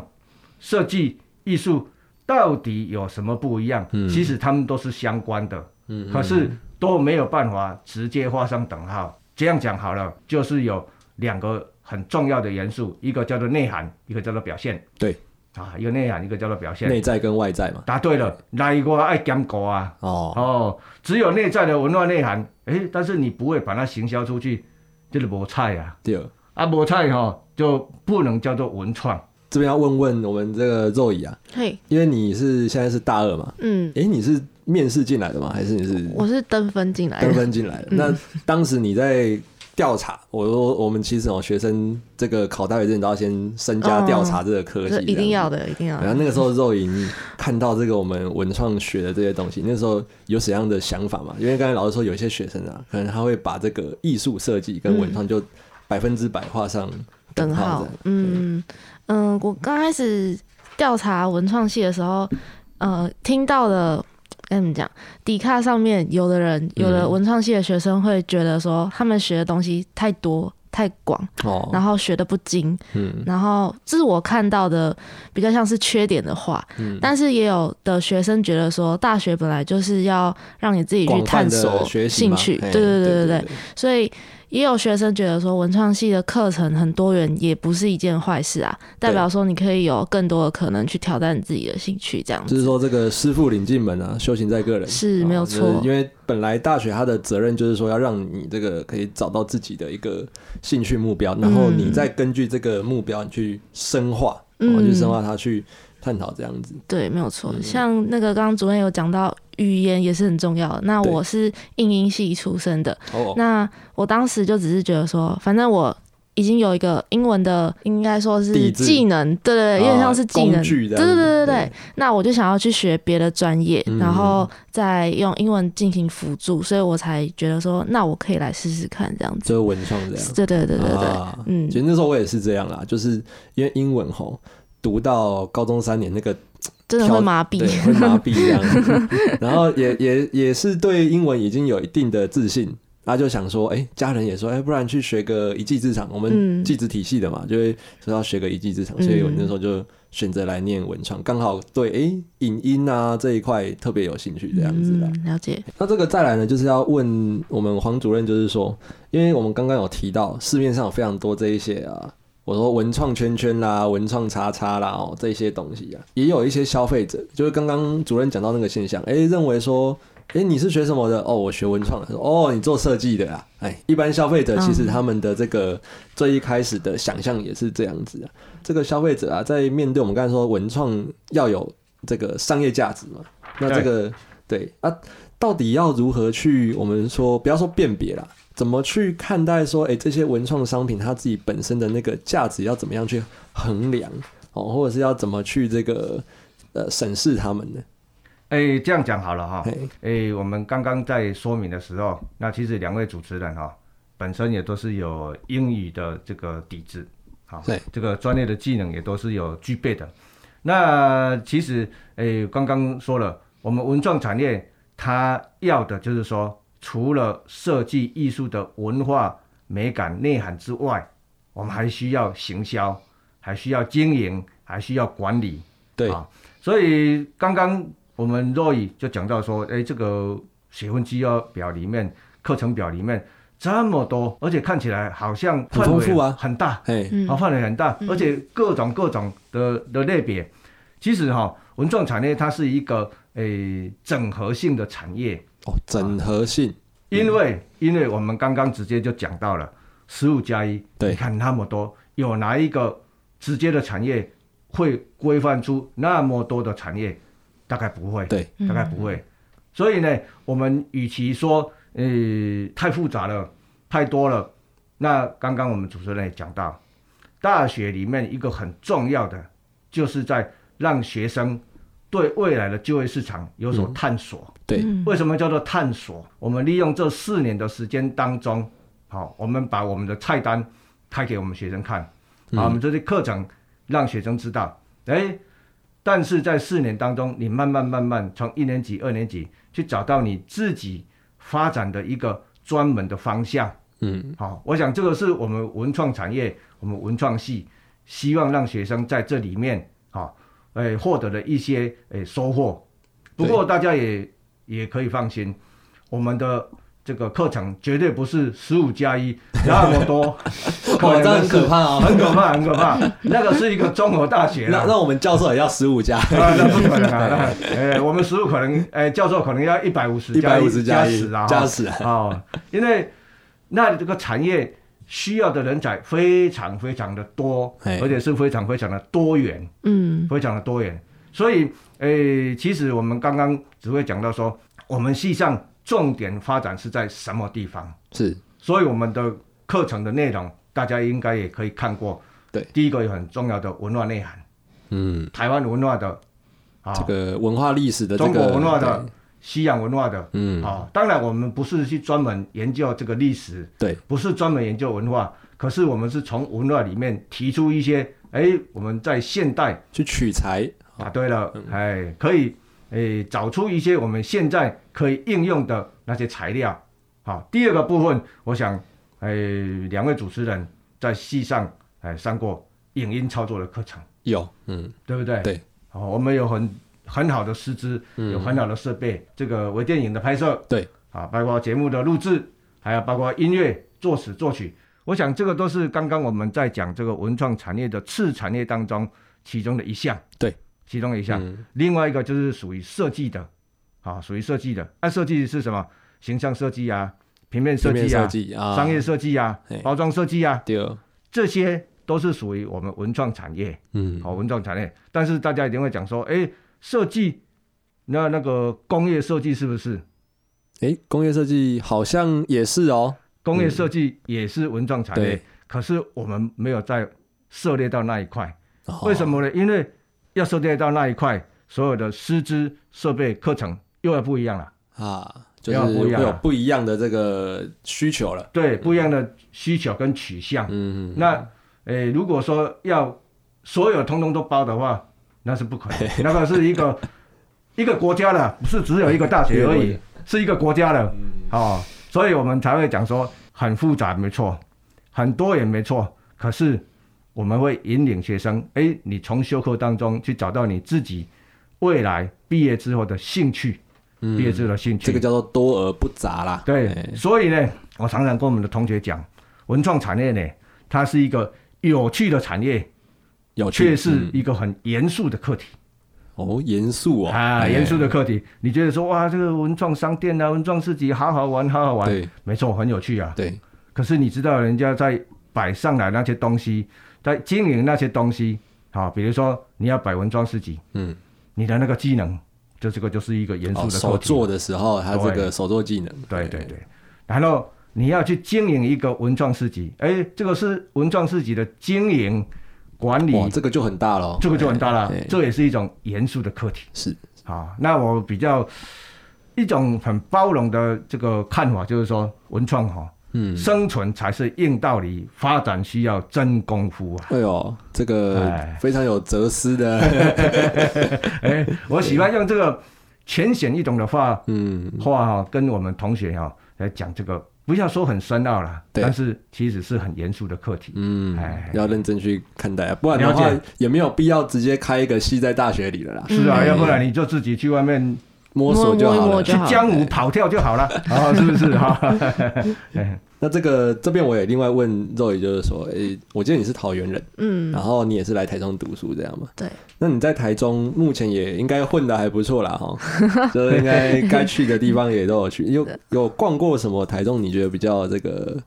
Speaker 3: 设计、艺术到底有什么不一样？
Speaker 2: 嗯
Speaker 3: 其实他们都是相关的。
Speaker 2: 嗯，嗯
Speaker 3: 可是都没有办法直接画上等号。这样讲好了，就是有两个很重要的元素，一个叫做内涵，一个叫做表现。
Speaker 2: 对
Speaker 3: 啊，一个内涵，一个叫做表现。
Speaker 2: 内在跟外在嘛。
Speaker 3: 答对了，来我爱讲国啊。
Speaker 2: 哦，
Speaker 3: 哦，只有内在的文化内涵，诶，但是你不会把它行销出去，就是无菜啊。
Speaker 2: 对，
Speaker 3: 啊，无菜哈、就不能叫做文创。
Speaker 2: 这边要问问我们这个肉姨啊，
Speaker 1: 嘿，
Speaker 2: 因为你是现在是大二嘛，
Speaker 1: 嗯，
Speaker 2: 哎，你是面试进来的吗？还是你是？
Speaker 1: 我是登分进来嗯
Speaker 2: 跟
Speaker 1: 的，
Speaker 2: 分进来了。那当时你在调查，我说我们其实哦，学生这个考大学之前都要先身家调查这个科技，
Speaker 1: 哦这一定要。的，一定要
Speaker 2: 然后
Speaker 1: 的。
Speaker 2: 那个时候肉莹看到这个我们文创学的这些东西，那时候有什么样的想法嘛？因为刚才老师说，有一些学生啊，可能他会把这个艺术设计跟文创就
Speaker 1: 嗯
Speaker 2: 百分之百画上
Speaker 1: 等
Speaker 2: 号
Speaker 1: 号
Speaker 2: 这样。，
Speaker 1: 嗯嗯，我刚开始调查文创系的时候，呃，听到的。该怎么讲？底卡上面有的人，有的
Speaker 2: 嗯
Speaker 1: 文创系的学生会觉得说，他们学的东西太多太广，
Speaker 2: 哦，
Speaker 1: 然后学的不精，
Speaker 2: 嗯
Speaker 1: 然后这是我看到的比较像是缺点的话，
Speaker 2: 嗯，
Speaker 1: 但是也有的学生觉得说，大学本来就是要让你自己去
Speaker 2: 广泛
Speaker 1: 探
Speaker 2: 的
Speaker 1: 索
Speaker 2: 学习
Speaker 1: 兴
Speaker 2: 嘛
Speaker 1: 趣，
Speaker 2: 嘿
Speaker 1: 对对对对
Speaker 2: 对
Speaker 1: 对，所以也有学生觉得说，文创系的课程很多元也不是一件坏事啊，代表说你可以有更多的可能去挑战你自己的兴趣，这样
Speaker 2: 就是
Speaker 1: 子。
Speaker 2: 说这个师傅领进门啊，修行在个人
Speaker 1: 是
Speaker 2: 啊
Speaker 1: 没有
Speaker 2: 就是
Speaker 1: 错
Speaker 2: 因为本来大学它的责任就是说要让你这个可以找到自己的一个兴趣目标，然后你再根据这个目标你去深化，
Speaker 1: 嗯
Speaker 2: 哦去深化它去探讨这样子。
Speaker 1: 对，没有错。
Speaker 2: 嗯
Speaker 1: 像那个刚刚主任有讲到，语言也是很重要的。那
Speaker 2: 对
Speaker 1: 我是应英系出身的，
Speaker 2: 哦，
Speaker 1: 那我当时就只是觉得说，反正我已经有一个英文的，应该说
Speaker 2: 底
Speaker 1: 是
Speaker 2: 子
Speaker 1: 技能，对对
Speaker 2: 啊
Speaker 1: 对，有点像是技能，
Speaker 2: 工具
Speaker 1: 对对
Speaker 2: 这
Speaker 1: 对
Speaker 2: 样子
Speaker 1: 对对
Speaker 2: 对
Speaker 1: 对。那我就想要去学别的专业，
Speaker 2: 嗯
Speaker 1: 然后再用英文进行辅助，所以我才觉得说，那我可以来试试看这样子。
Speaker 2: 就是文创这样。
Speaker 1: 对对对对对，
Speaker 2: 啊
Speaker 1: 嗯
Speaker 2: 其实那时候我也是这样啦，就是因为英文吼。读到高中三年，那个
Speaker 1: 真的
Speaker 2: 挑
Speaker 1: 会麻痹
Speaker 2: 对。会麻痹这样 子，然后也也也是对英文已经有一定的自信，他就想说，哎、家人也说，哎、不然去学个一技之长，我们
Speaker 1: 嗯
Speaker 2: 技职体系的嘛，就会说要学个一技之长，所以我那时候就选择来念文创，刚好对哎、影音啊这一块特别有兴趣这样子啦。
Speaker 1: 嗯，了解。
Speaker 2: 那这个再来呢，就是要问我们黄主任，就是说，因为我们刚刚有提到市面上有非常多这一些啊，我说文创圈圈啦、文创叉叉啦哦这一些东西啊，也有一些消费者，就是刚刚主任讲到那个现象，哎、认为说诶，你是学什么的？哦，我学文创的。哦，你做设计的啊？哎，一般消费者其实他们的这个最一开始的想象也是这样子啊。这个消费者啊，在面对我们刚才说文创要有这个商业价值嘛，那这个对啊，到底要如何去我们说不要说辨别啦，怎么去看待说，哎诶，这些文创商品它自己本身的那个价值要怎么样去衡量哦，或者是要怎么去这个呃审视他们呢？
Speaker 3: 哎，这样讲好了哈
Speaker 2: 嘿。
Speaker 3: 哎，我们刚刚在说明的时候，那其实两位主持人哈，本身也都是有英语的这个底子，好
Speaker 2: 对，
Speaker 3: 这个专业的技能也都是有具备的。那其实，哎，刚刚说了，我们文创产业它要的就是说，除了设计艺术的文化美感内涵之外，我们还需要行销，还需要经营，还需要管理。
Speaker 2: 对，
Speaker 3: 啊，所以刚刚我们若雨就讲到说，哎，这个学分纪要表里面、课程表里面这么多，而且看起来好像
Speaker 2: 很
Speaker 3: 范
Speaker 2: 丰
Speaker 3: 围
Speaker 2: 富啊
Speaker 3: 很大，
Speaker 2: 哎，
Speaker 1: 嗯
Speaker 3: 啊，范围很大，而且各种各种的的类别。其实哈、文创产业它是一个诶整合性的产业，
Speaker 2: 哦，整合性。
Speaker 3: 因为因为我们刚刚直接就讲到了十五加一，
Speaker 2: 对
Speaker 3: 你看那么多，有哪一个直接的产业会规范出那么多的产业？大概不会，
Speaker 2: 对，
Speaker 1: 嗯
Speaker 3: 大概不会。所以呢，我们与其说呃太复杂了、太多了，那刚刚我们主持人也讲到，大学里面一个很重要的，就是在让学生对未来的就业市场有所探索。
Speaker 2: 对，
Speaker 1: 嗯
Speaker 3: 为什么叫做探索？我们利用这四年的时间当中，好、我们把我们的菜单开给我们学生看，把我们这些课程让学生知道，哎，但是在四年当中，你慢慢慢慢从一年级、二年级去找到你自己发展的一个专门的方向。
Speaker 2: 嗯，
Speaker 3: 好、我想这个是我们文创产业，我们文创系希望让学生在这里面，好、哦，诶，获得了一些诶收获。不过大家也也可以放心，我们的这个课程绝对不是十五加一那 么多， 不可
Speaker 2: 哇，这
Speaker 3: 能的
Speaker 2: 样很可
Speaker 3: 事
Speaker 2: 怕哦。
Speaker 3: 很可怕，很可怕。那个是一个综合大 学
Speaker 2: 那
Speaker 3: 啦。
Speaker 2: 那我们教授也要十五加，
Speaker 3: 啊，那不可能啊！那呃，我们实务可能，呃，教授可能要一百五十
Speaker 2: 一百五十
Speaker 3: 加
Speaker 2: 一
Speaker 3: 十啊，
Speaker 2: 加十，
Speaker 3: 哦，因为那这个产业需要的人才非常非常的多，
Speaker 2: 哎
Speaker 3: 而且是非常非常的多元，
Speaker 1: 嗯
Speaker 3: 非常的多元。所以，诶，其实我们刚刚只会讲到说，我们系上重点发展是在什么地方，
Speaker 2: 是
Speaker 3: 所以我们的课程的内容大家应该也可以看过。
Speaker 2: 对
Speaker 3: 第一个有很重要的文化内涵，
Speaker 2: 嗯，
Speaker 3: 台湾文化的啊，
Speaker 2: 这个文化历史的这
Speaker 3: 中
Speaker 2: 个
Speaker 3: 国文化的，西洋文化的，
Speaker 2: 嗯，
Speaker 3: 啊、当然我们不是去专门研究这个历史，
Speaker 2: 对，
Speaker 3: 不是专门研究文化，可是我们是从文化里面提出一些，哎，我们在现代
Speaker 2: 去取材，
Speaker 3: 答对了，哎，可以，哎，找出一些我们现在可以应用的那些材料。好，第二个部分，我想，哎，两位主持人在戏上，哎，上过影音操作的课程，
Speaker 2: 有，嗯，
Speaker 3: 对不对？
Speaker 2: 对。
Speaker 3: 哦，我们有很很好的师资，
Speaker 2: 嗯
Speaker 3: 有很好的设备，这个微电影的拍摄，
Speaker 2: 对，
Speaker 3: 啊，包括节目的录制，还有包括音乐作词作曲，我想这个都是刚刚我们在讲这个文创产业的次产业当中其中的一项，
Speaker 2: 对，
Speaker 3: 其中的一项。
Speaker 2: 嗯
Speaker 3: 另外一个就是属于设计的，啊，属于设计的，那、设计是什么？形象设计啊，平面设
Speaker 2: 平面
Speaker 3: 计
Speaker 2: 设
Speaker 3: 啊，
Speaker 2: 计啊，
Speaker 3: 商业设计啊
Speaker 2: 嘿，
Speaker 3: 包装设计啊，
Speaker 2: 对，哦
Speaker 3: 这些都是属于我们文创产业。
Speaker 2: 嗯，
Speaker 3: 好、文创产业。但是大家一定会讲说，哎，设计，那那个工业设计是不是？
Speaker 2: 诶，工业设计好像也是哦，
Speaker 3: 工业设计也是文创产业，
Speaker 2: 对
Speaker 3: 可是我们没有在涉猎到那一块，
Speaker 2: 哦
Speaker 3: 为什？么呢？因为要涉猎到那一块，所有的师资、设备、课程又要不一样了。
Speaker 2: 啊，就是
Speaker 3: 要不
Speaker 2: 会
Speaker 3: 一样啊
Speaker 2: 有不一样的这个需求了，
Speaker 3: 对，不一样的需求跟取向。
Speaker 2: 嗯，
Speaker 3: 那，诶，如果说要所有通通都包的话，那是不可 能，那个是一个一个国家的，不是只有一个 大学而已，是一个国
Speaker 2: 嗯
Speaker 3: 家的，哦，所以我们才会讲说很复杂，没错，很多也没错，可是我们会引领学生，诶，你从修课当中去找到你自己未来毕业之后的兴趣，毕业之后的兴
Speaker 2: 嗯
Speaker 3: 趣，
Speaker 2: 这个叫做多而不杂啦，哎
Speaker 3: 对，
Speaker 2: 诶
Speaker 3: 所以呢，我常常跟我们的同学讲，文创产业呢，它是一个有趣的产业，
Speaker 2: 有趣
Speaker 3: 却是
Speaker 2: 嗯
Speaker 3: 一个很严肃的课题。
Speaker 2: 哦，严肃哦，
Speaker 3: 啊，
Speaker 2: 哎
Speaker 3: 严肃的课题，你觉得说哇，这个文创商店啊，文创市集好好玩，好好玩，
Speaker 2: 对
Speaker 3: 没错，很有趣啊。
Speaker 2: 对，
Speaker 3: 可是你知道人家在摆上来那些东西，在经营那些东西，好，比如说你要摆文创市集，
Speaker 2: 嗯，
Speaker 3: 你的那个技能，这这个就是一个严肃
Speaker 2: 哦，
Speaker 3: 的
Speaker 2: 手
Speaker 3: 课题。
Speaker 2: 做的时候，他这个
Speaker 3: 对
Speaker 2: 手作技能，
Speaker 3: 对对对，然后你要去经营一个文创市集，哎，这个是文创市集的经营管理，
Speaker 2: 哇，这个就很大了，
Speaker 3: 这个就很大了
Speaker 2: 哎哎，
Speaker 3: 这也是一种严肃的课题。
Speaker 2: 是，
Speaker 3: 啊，那我比较一种很包容的这个看法，就是说文创哈、
Speaker 2: 嗯，
Speaker 3: 生存才是硬道理，发展需要真功夫 啊！
Speaker 2: 哎呦，这个
Speaker 3: 哎
Speaker 2: 非常有哲思 的，
Speaker 3: 哎，我喜欢用这个浅显易懂的话
Speaker 2: 嗯，
Speaker 3: 话哈、跟我们同学哈、来讲这个，不要说很深奥啦，
Speaker 2: 对
Speaker 3: 但是其实是很严肃的课题。
Speaker 2: 嗯
Speaker 3: 哎，
Speaker 2: 要认真去看待，啊不然的话
Speaker 3: 了
Speaker 2: 也没有必要直接开一个系在大学里了啦，
Speaker 3: 是啊，
Speaker 2: 嗯
Speaker 3: 要不然你就自己去外面
Speaker 2: 摸索就好
Speaker 1: 摸一摸
Speaker 2: 了。
Speaker 1: 嗯就
Speaker 3: 去江湖跑跳就好了，啊，是不是哈？
Speaker 2: 那这个这边我也另外问肉也就是说，诶、我记得你是桃园人，
Speaker 1: 嗯
Speaker 2: 然，后你也是来台中读书这样嘛？
Speaker 1: 对。
Speaker 2: 那你在台中目前也应该混的还不错啦， 哈，就是应该该去的地方也都有去，有有逛过什么台中你觉得比较这个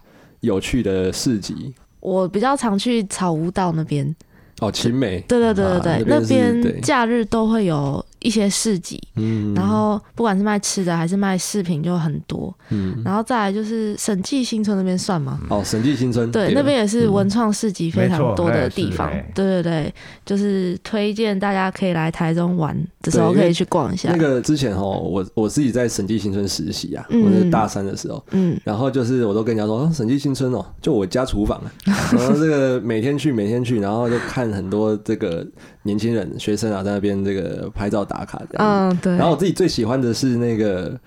Speaker 2: 有趣的市集？
Speaker 1: 我比较常去草悟道那边，
Speaker 2: 哦，秦美，
Speaker 1: 对对对
Speaker 2: 啊
Speaker 1: 对对，
Speaker 2: 那
Speaker 1: 那
Speaker 2: 边是对
Speaker 1: 边假日都会有一些市集，
Speaker 2: 嗯
Speaker 1: 然后不管是卖吃的还是卖饰品就很多，
Speaker 2: 嗯，
Speaker 1: 然后再来就是审计新村那边算吗？
Speaker 2: 哦，审计新村，
Speaker 1: 对，那边也是文创市集非
Speaker 2: 嗯
Speaker 1: 常多的地方
Speaker 3: 没错哎是哎。
Speaker 1: 对对对，就是推荐大家可以来台中玩的时候
Speaker 2: 对因为
Speaker 1: 可以去逛一下
Speaker 2: 那。个之前哦，我我自己在审计新村实习啊，
Speaker 1: 嗯
Speaker 2: 我是大三的时候，
Speaker 1: 嗯，
Speaker 2: 然后就是我都跟人家说，啊、审计新村哦，就我家厨 房啊，然后这个每天去每天去，然后就看很多这个年轻人学生啊在那边这个拍照打卡这样。
Speaker 1: 嗯，对。
Speaker 2: 然后我自己最喜欢的是那个。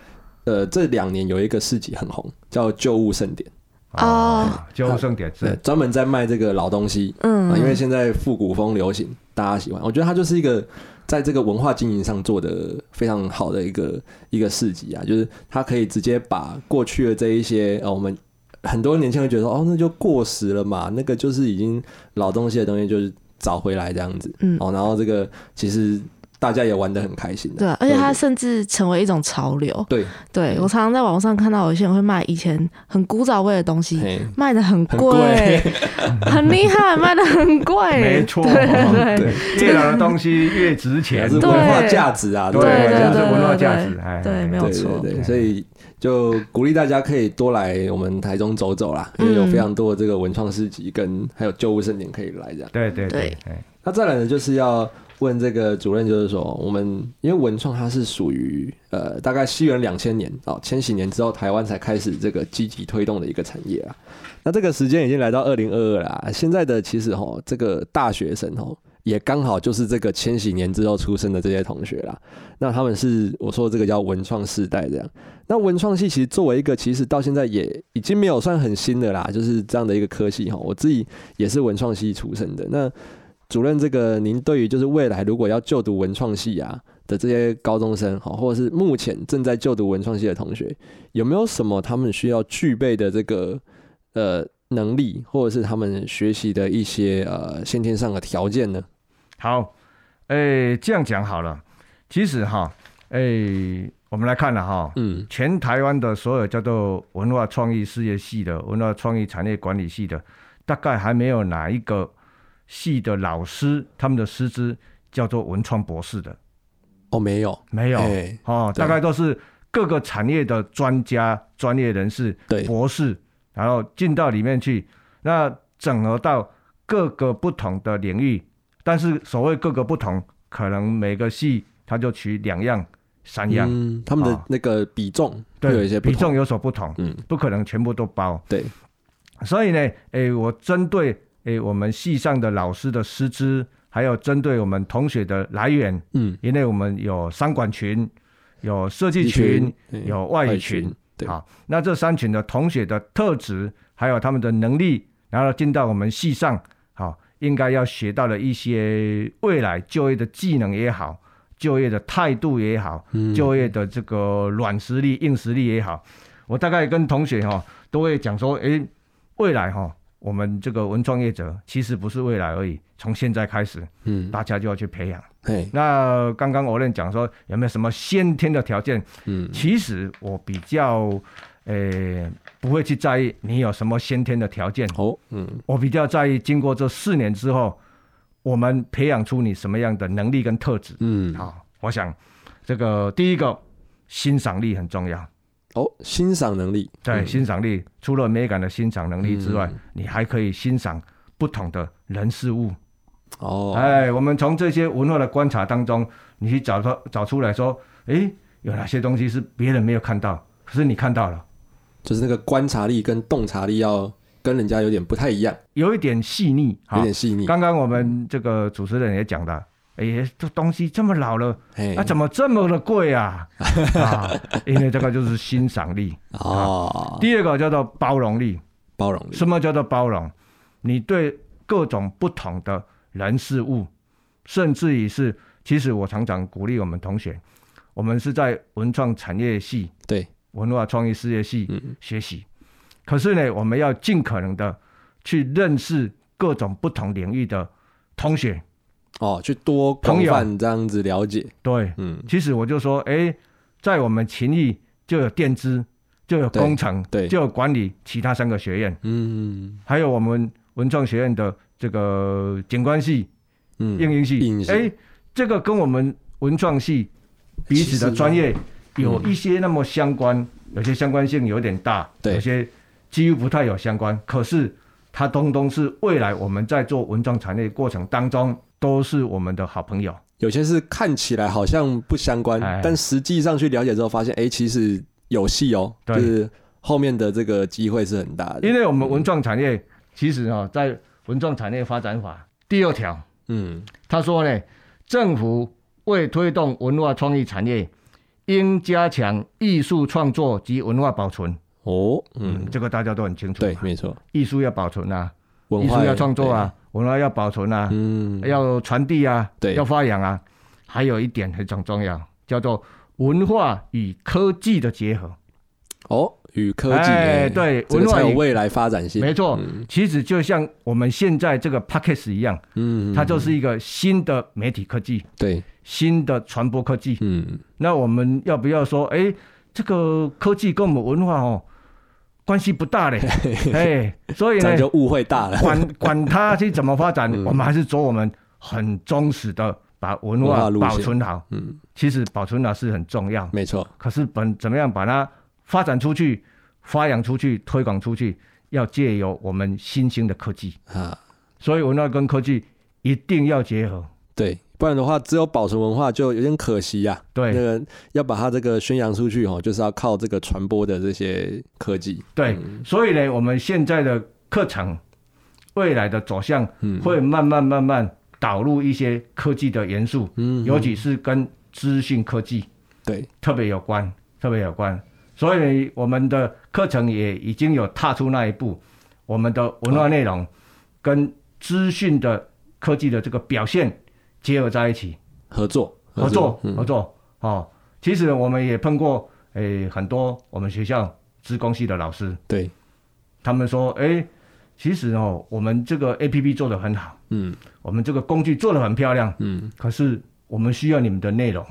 Speaker 2: 呃，这两年有一个市集很红，叫旧物盛典，
Speaker 1: 哦
Speaker 3: 啊，就剩点
Speaker 2: 对
Speaker 3: 是，
Speaker 2: 专门在卖这个老东西啊、
Speaker 1: 嗯，
Speaker 2: 因为现在复古风流行，大家喜欢。我觉得它就是一个在这个文化经营上做的非常好的一个一个市集啊，就是它可以直接把过去的这一些呃，我们很多年轻人觉得说哦，那就过时了嘛，那个就是已经老东西的东西，就是找回来这样子。
Speaker 1: 嗯
Speaker 2: 哦，然后这个其实大家也玩的很开心的、
Speaker 1: 对啊，而且它
Speaker 2: 对嗯
Speaker 1: 甚至成为一种潮流。
Speaker 2: 对，
Speaker 1: 对我常常在网上看到有些人会卖以前很古早味的东西，
Speaker 2: 嘿，
Speaker 1: 卖的很
Speaker 2: 很
Speaker 1: 贵， 很厉害，卖的很 贵。
Speaker 3: 没错
Speaker 1: 对对对
Speaker 2: 对，
Speaker 3: 越老的东西越值
Speaker 2: 也
Speaker 3: 钱
Speaker 2: 是，文
Speaker 1: 对
Speaker 2: 化价值啊，
Speaker 3: 对
Speaker 2: 文化
Speaker 1: 对
Speaker 2: 价值
Speaker 3: 这
Speaker 1: 对
Speaker 3: 是文化价
Speaker 1: 对
Speaker 3: 值，哎，
Speaker 1: 对没有
Speaker 2: 对
Speaker 1: 错
Speaker 2: 对对，所以就鼓励大家可以多来我们台中走走啦，因为有
Speaker 1: 嗯
Speaker 2: 非常多的这个文创市集跟还有旧物盛典可以来这样。
Speaker 3: 对对对
Speaker 1: 对，
Speaker 3: 哎
Speaker 2: 那再来呢，就是要问这个主任，就是说我们因为文创它是属于呃大概西元两千年哦千禧年之后，台湾才开始这个积极推动的一个产业啊。那这个时间已经来到二零二二啦，现在的其实吼这个大学生吼。也刚好就是这个千禧年之后出生的这些同学啦，那他们是我说这个叫文创世代这样。那文创系其实作为一个其实到现在也已经没有算很新的啦，就是这样的一个科系哈。我自己也是文创系出身的，那主任，这个您对于就是未来如果要就读文创系啊的这些高中生，好，或者是目前正在就读文创系的同学，有没有什么他们需要具备的这个呃能力，或者是他们学习的一些呃先天上的条件呢？
Speaker 3: 好，哎，这样讲好了。其实哈，哎，我们来看了哈，
Speaker 2: 嗯，
Speaker 3: 全台湾的所有叫做文化创意事业系的、文化创意产业管理系的，大概还没有哪一个系的老师他们的师资叫做文创博士的，
Speaker 2: 哦，没有，
Speaker 3: 没有
Speaker 2: 哎
Speaker 3: 哦，
Speaker 2: 对
Speaker 3: 大概都是各个产业的专家、专业人士
Speaker 2: 对，
Speaker 3: 博士，然后进到里面去，那整合到各个不同的领域。但是所谓各个不同，可能每个系它就取两样、三样，
Speaker 2: 嗯，他们的
Speaker 3: 啊
Speaker 2: 那个比重会有
Speaker 3: 对
Speaker 2: 一些，不
Speaker 3: 比
Speaker 2: 同
Speaker 3: 重有所不同，
Speaker 2: 嗯，
Speaker 3: 不可能全部都包。
Speaker 2: 对，
Speaker 3: 所以呢，诶，我针对诶我们系上的老师的师资，还有针对我们同学的来源，
Speaker 2: 嗯，
Speaker 3: 因为我们有商管群、有设计群、
Speaker 2: 对
Speaker 3: 有外语群，，
Speaker 2: 哎对，
Speaker 3: 好，那这三群的同学的特质，还有他们的能力，然后进到我们系上，好，应该要学到了一些未来就业的技能也好，就业的态度也好，
Speaker 2: 嗯
Speaker 3: 就业的这个软实力、硬实力也好，我大概跟同学哈、都会讲说，诶，未来哈、我们这个文创业者其实不是未来而已，从现在开始，
Speaker 2: 嗯哎
Speaker 3: 大家就要去培养。
Speaker 2: 嘿，
Speaker 3: 那刚刚我任讲说有没有什么先天的条件？
Speaker 2: 嗯，
Speaker 3: 其实我比较，呃、不会去在意你有什么先天的条件，
Speaker 2: 哦，嗯，
Speaker 3: 我比较在意经过这四年之后，我们培养出你什么样的能力跟特质。
Speaker 2: 嗯，
Speaker 3: 好、我想这个第一个欣赏力很重要。
Speaker 2: 哦，欣赏能力，
Speaker 3: 对，
Speaker 2: 嗯
Speaker 3: 欣赏力除了美感的欣赏能力之外，你还可以欣赏不同的人事物。
Speaker 2: 哦，
Speaker 3: 哎，我们从这些文化的观察当中，你去找到找出来说，哎，有哪些东西是别人没有看到，可是你看到了，
Speaker 2: 就是那个观察力跟洞察力要跟人家有点不太一样，
Speaker 3: 有一点细腻
Speaker 2: 有
Speaker 3: 哈。
Speaker 2: 点细腻，
Speaker 3: 刚刚我们这个主持人也讲了。哎，这东西这么老了，
Speaker 2: 嘿
Speaker 3: 啊，，怎么这么的贵啊？啊，因为这个就是欣赏力。
Speaker 2: 哦，
Speaker 3: 第二个叫做包容力，
Speaker 2: 包容力，
Speaker 3: 什么叫做包容？你对各种不同的人事物，甚至于是，其实我常常鼓励我们同学，我们是在文创产业系、
Speaker 2: 对，
Speaker 3: 文化创意事业系
Speaker 2: 嗯，
Speaker 3: 学习，可是呢，我们要尽可能的去认识各种不同领域的同学。
Speaker 2: 哦，去多广
Speaker 3: 朋友
Speaker 2: 泛这样子了解，
Speaker 3: 对，
Speaker 2: 嗯，
Speaker 3: 其实我就说，哎，在我们勤益就有电资，就有
Speaker 2: 对
Speaker 3: 工程，
Speaker 2: 对
Speaker 3: 就有管理，其他三个学院，
Speaker 2: 嗯，
Speaker 3: 还有我们文创学院的这个景观系。
Speaker 2: 嗯，
Speaker 3: 应用系
Speaker 2: 应，用系
Speaker 3: 哎，这个跟我们文创系彼此
Speaker 2: 啊
Speaker 3: 的专业有一些那么相关，有些相关性有点大，
Speaker 2: 对
Speaker 3: 有些几乎不太有相关。可是它通通是未来我们在做文创产业过程当中都是我们的好朋友。
Speaker 2: 有些是看起来好像不相关，
Speaker 3: 哎
Speaker 2: 但实际上去了解之后发现，哎、其实有戏哦，就
Speaker 3: 对
Speaker 2: 是后面的这个机会是很大
Speaker 3: 因
Speaker 2: 的。
Speaker 3: 为我们文创产业其实啊，在文创产业发展法第二条，
Speaker 2: 嗯，
Speaker 3: 他说呢，政府为推动文化创意产业，应加强艺术创作及文化保存。
Speaker 2: 哦，
Speaker 3: 嗯
Speaker 2: 嗯，，
Speaker 3: 这个大家都很清楚。
Speaker 2: 对，，没错，
Speaker 3: 艺术要保存啊，
Speaker 2: 文
Speaker 3: 艺术
Speaker 2: 化
Speaker 3: 要创作啊，文化要保存啊
Speaker 2: 对，，嗯，
Speaker 3: 要传递啊，
Speaker 2: 对
Speaker 3: 要发扬啊。还有一点非常重要，叫做文化与科技的结合。
Speaker 2: 哦，与科技，
Speaker 3: 哎对
Speaker 2: 这个
Speaker 3: 文化
Speaker 2: 才有
Speaker 3: 与
Speaker 2: 未来发展性，
Speaker 3: 没错，
Speaker 2: 嗯
Speaker 3: 其实就像我们现在这个 p a c k a g e 一样，
Speaker 2: 嗯，
Speaker 3: 它就是一个新的媒体科技、
Speaker 2: 对，
Speaker 3: 新的传播科技。
Speaker 2: 嗯，
Speaker 3: 那我们要不要说，哎，这个科技跟我们文化哦关系 不大嘞？哎，所以
Speaker 2: 这嗯
Speaker 3: 呢
Speaker 2: 样，就误会大了，
Speaker 3: 管管它去怎么发 展，我们还是走我们很忠实的把文
Speaker 2: 文化
Speaker 3: 化
Speaker 2: 路线
Speaker 3: 保存好。
Speaker 2: 嗯，
Speaker 3: 其实保存好是很重要，
Speaker 2: 没错，
Speaker 3: 可是本怎么样把它发展出去、发扬出去、推广出去，要借由我们新兴的科技，
Speaker 2: 啊，
Speaker 3: 所以文化跟科技一定要结合。
Speaker 2: 对，不然的话，只有保存文化就有点可惜呀、那
Speaker 3: 对
Speaker 2: 个要把它这个宣扬出去哦，就是要靠这个传播的这些科技，
Speaker 3: 对，
Speaker 2: 嗯
Speaker 3: 所以呢，我们现在的课程未来的走向
Speaker 2: 嗯
Speaker 3: 会慢慢慢慢导入一些科技的元素，
Speaker 2: 嗯，
Speaker 3: 尤其是跟资讯科技。
Speaker 2: 对，
Speaker 3: 特别有关，特别有关。所以我们的课程也已经有踏出那一步，我们的文化内容跟资讯的科技的这个表现结合在一起，
Speaker 2: 合作，
Speaker 3: 合作
Speaker 2: 嗯
Speaker 3: 合作哦。其实我们也碰过诶、很多我们学校资工系的老师，
Speaker 2: 对，
Speaker 3: 他们说诶、其实哦我们这个 A P P 做得很好，
Speaker 2: 嗯
Speaker 3: 我们这个工具做得很漂亮，
Speaker 2: 嗯，
Speaker 3: 可是我们需要你们的内容。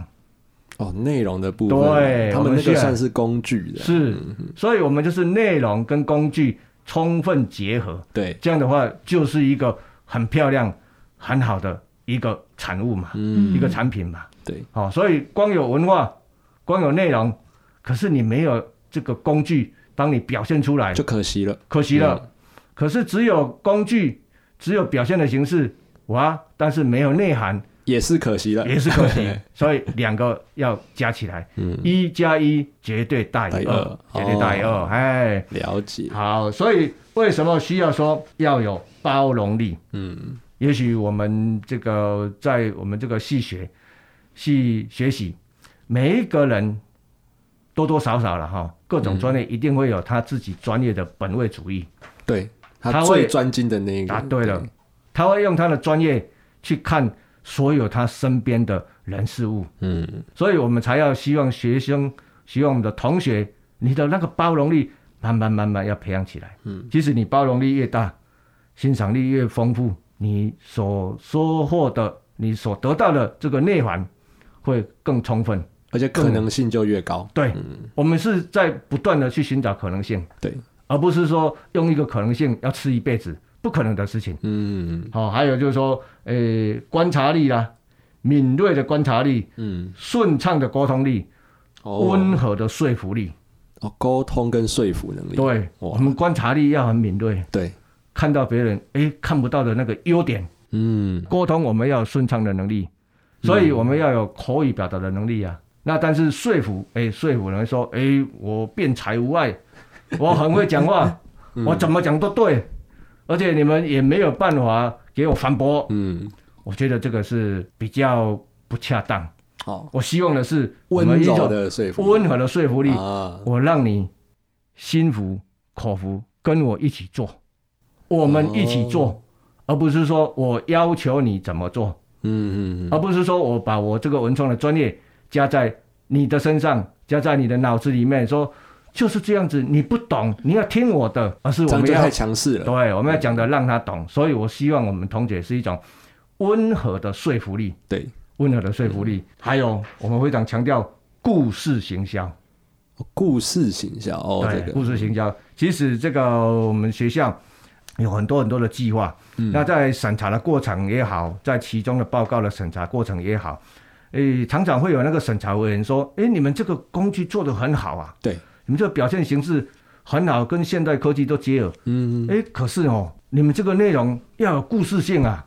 Speaker 2: 哦，内容的部分，
Speaker 3: 对
Speaker 2: 他
Speaker 3: 我
Speaker 2: 们
Speaker 3: 们
Speaker 2: 那个
Speaker 3: 是
Speaker 2: 算是工具的，
Speaker 3: 是，所以我们就是内容跟工具充分结合，
Speaker 2: 对，
Speaker 3: 这样的话就是一个很漂亮、很好的一个产物嘛，
Speaker 2: 嗯
Speaker 1: 嗯
Speaker 3: 一个产品嘛。
Speaker 2: 对，
Speaker 3: 好、所以光有文化，光有内容，可是你没有这个工具帮你表现出来，
Speaker 2: 就可惜了，
Speaker 3: 可惜了。可是只有工具，只有表现的形式，哇，但是没有内涵，
Speaker 2: 也是可惜了，
Speaker 3: 也是可惜。所以两个要加起来，一加一绝对嗯大于
Speaker 2: 大于二
Speaker 3: 二，绝对大于
Speaker 2: 哦
Speaker 3: 二，哎。
Speaker 2: 了解，
Speaker 3: 好，所以为什么需要说要有包容力？
Speaker 2: 嗯，
Speaker 3: 也许我们这个在我们这个系学系学习，每一个人多多少少了哈，各种专业一定会有他自己专业的本位主义。
Speaker 2: 对他
Speaker 3: 他
Speaker 2: 最
Speaker 3: 会
Speaker 2: 专精的那个，
Speaker 3: 答嗯对了，他会用他的专业去看所有他身边的人事物，
Speaker 2: 嗯，
Speaker 3: 所以我们才要希望学生，希望我们的同学，你的那个包容力慢慢慢慢要培养起来。嗯，其实你包容力越大，欣赏力越丰富，你所收获的你所得到的这个内涵会更充分。
Speaker 2: 而且可能性就越高。
Speaker 3: 对，我们是在不断的去寻找可能性，
Speaker 2: 对，
Speaker 3: 而不是说用一个可能性要吃一辈子，不可能的事情。
Speaker 2: 嗯
Speaker 3: 好、还有就是说，呃、观察力啦、敏锐的观察力、
Speaker 2: 嗯，
Speaker 3: 顺畅的沟通力、
Speaker 2: 哦，
Speaker 3: 温和的说服力。
Speaker 2: 哦，沟通跟说服能力，
Speaker 3: 对，
Speaker 2: 哇
Speaker 3: 我们观察力要很敏锐，
Speaker 2: 对，
Speaker 3: 看到别人诶看不到的那个优点，
Speaker 2: 嗯，
Speaker 3: 沟通我们要有顺畅的能力，所以我们要有口语表达的能力啊。那但是说服，诶，说服人说，诶，我辩才无碍，我很会讲话，
Speaker 2: 嗯
Speaker 3: 我怎么讲都对，而且你们也没有办法给我反驳，
Speaker 2: 嗯，
Speaker 3: 我觉得这个是比较不恰当。
Speaker 2: 好，
Speaker 3: 我希望的是我
Speaker 2: 温
Speaker 3: 们一
Speaker 2: 柔
Speaker 3: 种
Speaker 2: 的说服
Speaker 3: 温和的说服力，
Speaker 2: 啊，
Speaker 3: 我让你心服口服，跟我一起做，我们一起做，
Speaker 2: 哦
Speaker 3: 而不是说我要求你怎么做，
Speaker 2: 嗯嗯
Speaker 3: 而不是说我把我这个文创的专业加在你的身上，加在你的脑子里面，说就是这样子，你不懂，你要听我的，而是
Speaker 2: 嗯，这
Speaker 3: 我
Speaker 2: 样
Speaker 3: 们
Speaker 2: 就
Speaker 3: 要
Speaker 2: 太强势了，嗯
Speaker 3: 对，我们要讲的让他懂。所以我希望我们同姐是一种温和的说服力，
Speaker 2: 对，
Speaker 3: 温和的说服
Speaker 2: 嗯
Speaker 3: 力，还有我们非常强调故事行销。
Speaker 2: 哦故事形象哦，
Speaker 3: 对，
Speaker 2: 这个
Speaker 3: 故事行销。其实这个我们学校有很多很多的计划，
Speaker 2: 嗯
Speaker 3: 那在审查的过程也好，在其中的报告的审查过程也好，诶，常常会有那个审查委员说，诶，你们这个工具做得很好啊，
Speaker 2: 对，
Speaker 3: 你们这个表现形式很好，跟现代科技都结合，
Speaker 2: 嗯，
Speaker 3: 诶，可是哦，你们这个内容要有故事性啊，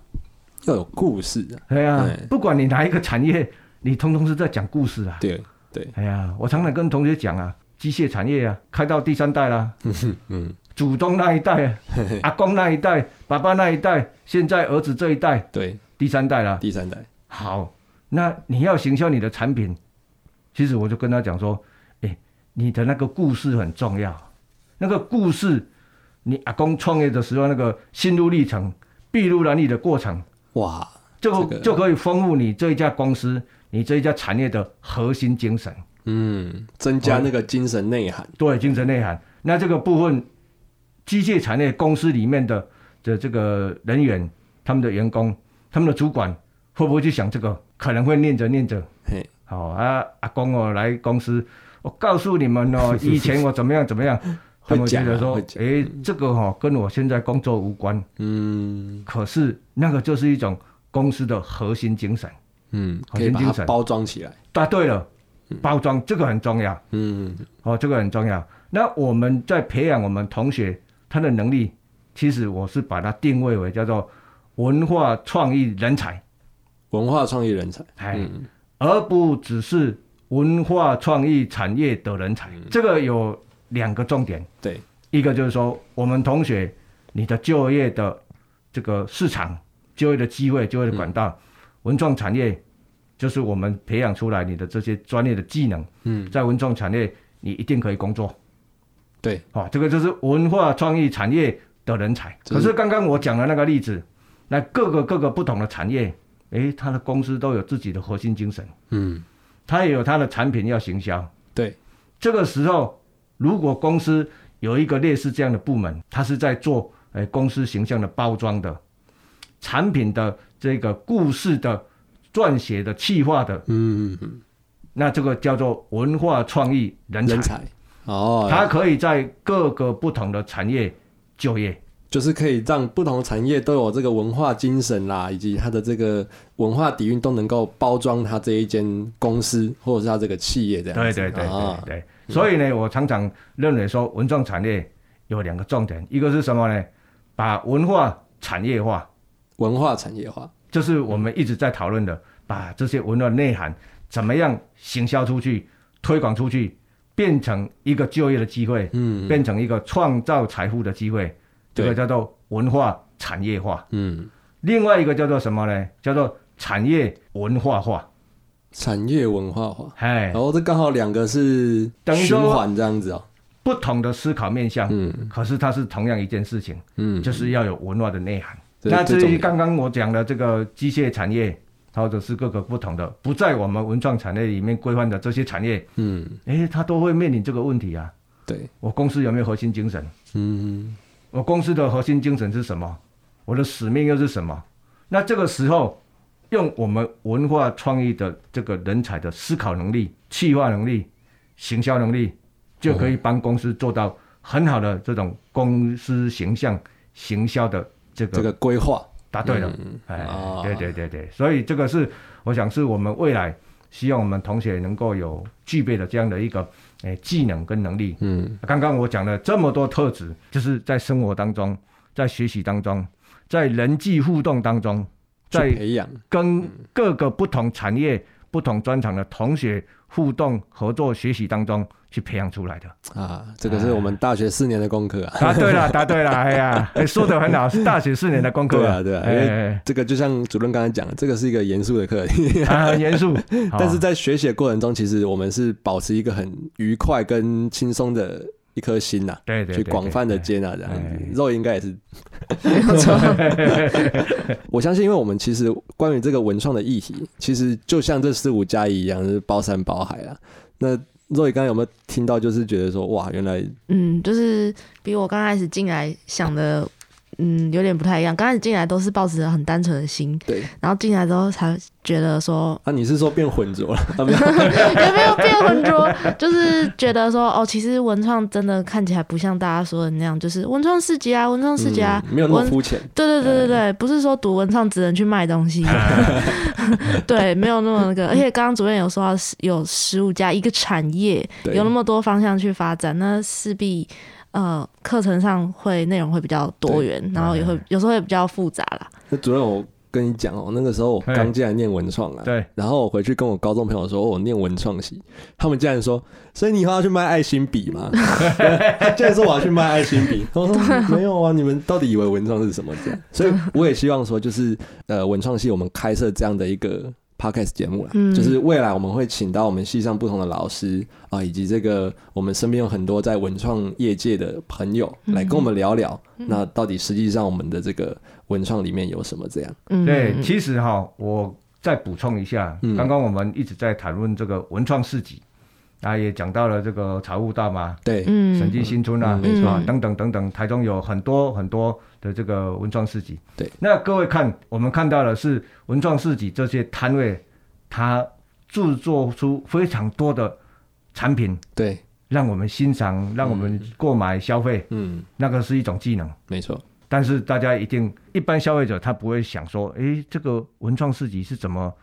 Speaker 2: 要有故事啊，
Speaker 3: 哎呀、
Speaker 2: 对
Speaker 3: 不管你哪一个产业，你通通是在讲故事啊。
Speaker 2: 对对，
Speaker 3: 哎呀，我常常跟同学讲啊，机械产业啊，开到第三代啦，
Speaker 2: 嗯，
Speaker 3: 祖宗那一代 啊，阿公那一代，爸爸那一代，现在儿子这一代，
Speaker 2: 对，
Speaker 3: 第三代了。
Speaker 2: 第三代，
Speaker 3: 好，那你要行销你的产品，其实我就跟他讲说，哎、你的那个故事很重要，那个故事，你阿公创业的时候那个心路历程、筚路蓝缕的过程，
Speaker 2: 哇，
Speaker 3: 就、
Speaker 2: 这个
Speaker 3: 就可以丰富你这一家公司、你这一家产业的核心精神，
Speaker 2: 嗯，增加那个精神内涵，
Speaker 3: 对精神内涵。那这个部分，机械产业公司里面的的这个人员、他们的员工、他们的主管，会不会去想这个？可能会念着念着，
Speaker 2: 嘿，
Speaker 3: 好、哦、啊，阿公哦来公司，我告诉你们 哦，以前我怎么样怎么样，他们
Speaker 2: 会讲
Speaker 3: 觉
Speaker 2: 啊
Speaker 3: 得说
Speaker 2: 会，讲
Speaker 3: 诶，这个哦跟我现在工作无关，
Speaker 2: 嗯
Speaker 3: 可是那个就是一种公司的核心精神。
Speaker 2: 嗯，
Speaker 3: 好
Speaker 2: 可以把
Speaker 3: 精
Speaker 2: 它
Speaker 3: 神
Speaker 2: 包装起来，
Speaker 3: 答对了，包装这个很重要。
Speaker 2: 嗯，
Speaker 3: 哦，这个很重要。那我们在培养我们同学他的能力，其实我是把它定位为叫做文化创意人才，
Speaker 2: 文化创意人才，嗯
Speaker 3: 哎，而不只是文化创意产业的人才。这个有两个重点，
Speaker 2: 对，
Speaker 3: 一个就是说我们同学你的就业的这个市场、就业的机会、就业的管道，文创产业就是我们培养出来你的这些专业的技能，
Speaker 2: 嗯，
Speaker 3: 在文创产业你一定可以工作。
Speaker 2: 对，
Speaker 3: 哦，这个就是文化创意产业的人才。
Speaker 2: 这
Speaker 3: 可
Speaker 2: 是
Speaker 3: 是刚刚我讲的那个例子，那各个各个不同的产业，诶，他的公司都有自己的核心精神，
Speaker 2: 嗯，
Speaker 3: 他也有他的产品要行销。
Speaker 2: 对，
Speaker 3: 这个时候，如果公司有一个类似这样的部门，它是在做诶公司形象的包装的，产品的这个故事的撰写的企划的，
Speaker 2: 嗯，嗯
Speaker 3: 那这个叫做文化创意人
Speaker 2: 嗯
Speaker 3: 才
Speaker 2: 人，才，哦，
Speaker 3: 它可以在各个不同的产业就业。
Speaker 2: 就是可以让不同产业都有这个文化精神啦，以及它的这个文化底蕴都能够包装它这一间公司或者是它这个企业这样
Speaker 3: 对
Speaker 2: 子。
Speaker 3: 对对对
Speaker 2: 啊，
Speaker 3: 对，所以呢，我常常认为说，文创产业有两个重点，一个是什么呢？把文化产业化，
Speaker 2: 文化产业化，
Speaker 3: 就是我们一直在讨论的，把这些文化内涵怎么样行销出去、推广出去，变成一个就业的机会，
Speaker 2: 嗯
Speaker 3: 变成一个创造财富的机会，这个
Speaker 2: 对
Speaker 3: 叫做文化产业化。
Speaker 2: 嗯，
Speaker 3: 另外一个叫做什么呢？叫做产业文化化。
Speaker 2: 产业文化化，
Speaker 3: 哎
Speaker 2: 然，后这刚好两个是
Speaker 3: 等于
Speaker 2: 循
Speaker 3: 说
Speaker 2: 环这样子哦，
Speaker 3: 不同的思考面向，
Speaker 2: 嗯
Speaker 3: 可是它是同样一件事情。
Speaker 2: 嗯，
Speaker 3: 就是要有文化的内涵。
Speaker 2: 这
Speaker 3: 那
Speaker 2: 这
Speaker 3: 至
Speaker 2: 重
Speaker 3: 于
Speaker 2: 点
Speaker 3: 刚刚我讲的这个机械产业，或者是各个不同的不在我们文创产业里面规范的这些产业，
Speaker 2: 嗯
Speaker 3: 诶，它都会面临这个问题啊。
Speaker 2: 对，
Speaker 3: 我公司有没有核心精神？
Speaker 2: 嗯
Speaker 3: 我公司的核心精神是什么？我的使命又是什么？那这个时候，用我们文化创意的这个人才的思考能力、企划能力、行销能力，就
Speaker 2: 哦
Speaker 3: 可以帮公司做到很好的这种公司形象行销的这个
Speaker 2: 这个规划，
Speaker 3: 答对了，哎、
Speaker 2: 哦
Speaker 3: 对对对对，所以这个是我想是我们未来希望我们同学能够有具备的这样的一个诶、哎技能跟能力。
Speaker 2: 嗯，
Speaker 3: 刚刚我讲了这么多特质，就是在生活当中，在学习当中，在人际互动当中，在
Speaker 2: 去培养，嗯
Speaker 3: 跟各个不同产业、不同专长的同学互动、合作、学习当中去培养出 来的。
Speaker 2: 啊，这个是我们大学四年的功课啊。
Speaker 3: 答对了，答对了，哎呀，哎说的很好，是大学四年的功课。
Speaker 2: 对啊，对啊，因为
Speaker 3: 哎
Speaker 2: 这个就像主任刚才讲的，这个是一个严肃的课题
Speaker 3: 哎，，啊很严肃，好
Speaker 2: 但是在学习的过程中，其实我们是保持一个很愉快跟轻松的一颗心啊呐、
Speaker 3: 对对
Speaker 2: 去
Speaker 3: 对
Speaker 2: 广泛的
Speaker 3: 对
Speaker 2: 接纳这样子
Speaker 3: 哎。
Speaker 2: 肉应该也是，
Speaker 1: 没有错，
Speaker 2: 我相信，因为我们其实关于这个文创的议题，其实就像这四五加一一样，就是包山包海啊。那肉刚刚有没有听到？就是觉得说，哇，原来
Speaker 1: 嗯，就是比我刚开始进来想的，嗯，有点不太一样。刚开始进来都是抱持着很单纯的心，
Speaker 2: 对
Speaker 1: 然后进来之后才觉得说，
Speaker 2: 啊，你是说变浑浊了？啊，没有，
Speaker 1: 也没有变浑浊，就是觉得说，哦，其实文创真的看起来不像大家说的那样，就是文创市集啊，文创市集啊，
Speaker 2: 嗯没有那么哎
Speaker 1: 文
Speaker 2: 肤浅。
Speaker 1: 对对对对对，不是说读文创只能去卖东西，啊 对，没有那么那个。而且刚刚主任有说到十有十五家一个产业，
Speaker 2: 对
Speaker 1: 有那么多方向去发展，那势必呃课程上会内容会比较多元，然后也
Speaker 2: 哎
Speaker 1: 会有时候也比较复杂啦。
Speaker 2: 那主任，我跟你讲哦，那个时候我刚进来念文创啊，
Speaker 3: 对，
Speaker 2: 然后我回去跟我高中朋友说，哦我念文创系，他们竟然说，所以你以后要去卖爱心笔吗？ 他竟然说我要去卖爱心笔，我说没有啊，你们到底以为文创是什么？这样，所以我也希望说，就是呃，文创系我们开设这样的一个 podcast 节目啦，
Speaker 1: 嗯
Speaker 2: 就是未来我们会请到我们系上不同的老师啊、以及这个我们身边有很多在文创业界的朋友来跟我们聊聊，
Speaker 1: 嗯
Speaker 2: 那到底实际上我们的这个文创里面有什么这样？
Speaker 1: 嗯，
Speaker 3: 对，其实哈，我再补充一下，
Speaker 2: 嗯
Speaker 3: 刚刚我们一直在谈论这个文创市集，啊，也讲到了这个财务大妈、
Speaker 2: 对，
Speaker 3: 审
Speaker 1: 嗯，
Speaker 3: 计新村啊，
Speaker 2: 嗯没
Speaker 1: 错
Speaker 3: 啊等等等等，台中有很多很多的这个文创市集。
Speaker 2: 对，
Speaker 3: 那各位看，我们看到的是文创市集这些摊位，它制作出非常多的产品，
Speaker 2: 对，
Speaker 3: 让我们欣赏，让我们购买消费，
Speaker 2: 嗯，
Speaker 3: 那个是一种技能。
Speaker 2: 没错，
Speaker 3: 但是大家一定，一般消费者他不会想说，诶，这个文创市集是怎么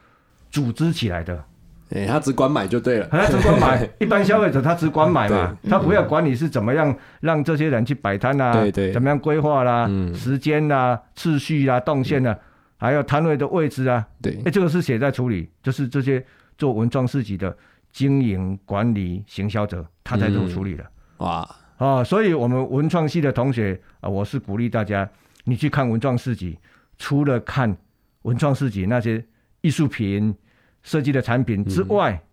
Speaker 3: 组织起 来的？
Speaker 2: 哎、他只管买就对了。
Speaker 3: 他只管买，一般消费者他只管买嘛，
Speaker 1: 对
Speaker 3: 他不要管你是怎么样让这些人去摆摊啦，
Speaker 2: 对对
Speaker 3: 怎么样规划啦，
Speaker 2: 嗯
Speaker 3: 时间啦、次序啦、动线啦，还有摊位的位置啊，
Speaker 2: 对
Speaker 3: 诶，，这个是谁在处理？就是这些做文创市集的经营管理行销者，他在做处理的。
Speaker 2: 哇，
Speaker 3: 啊，所以我们文创系的同学啊，我是鼓励大家，你去看文创市集，除了看文创市集那些艺术品、设计的产品之外，
Speaker 2: 嗯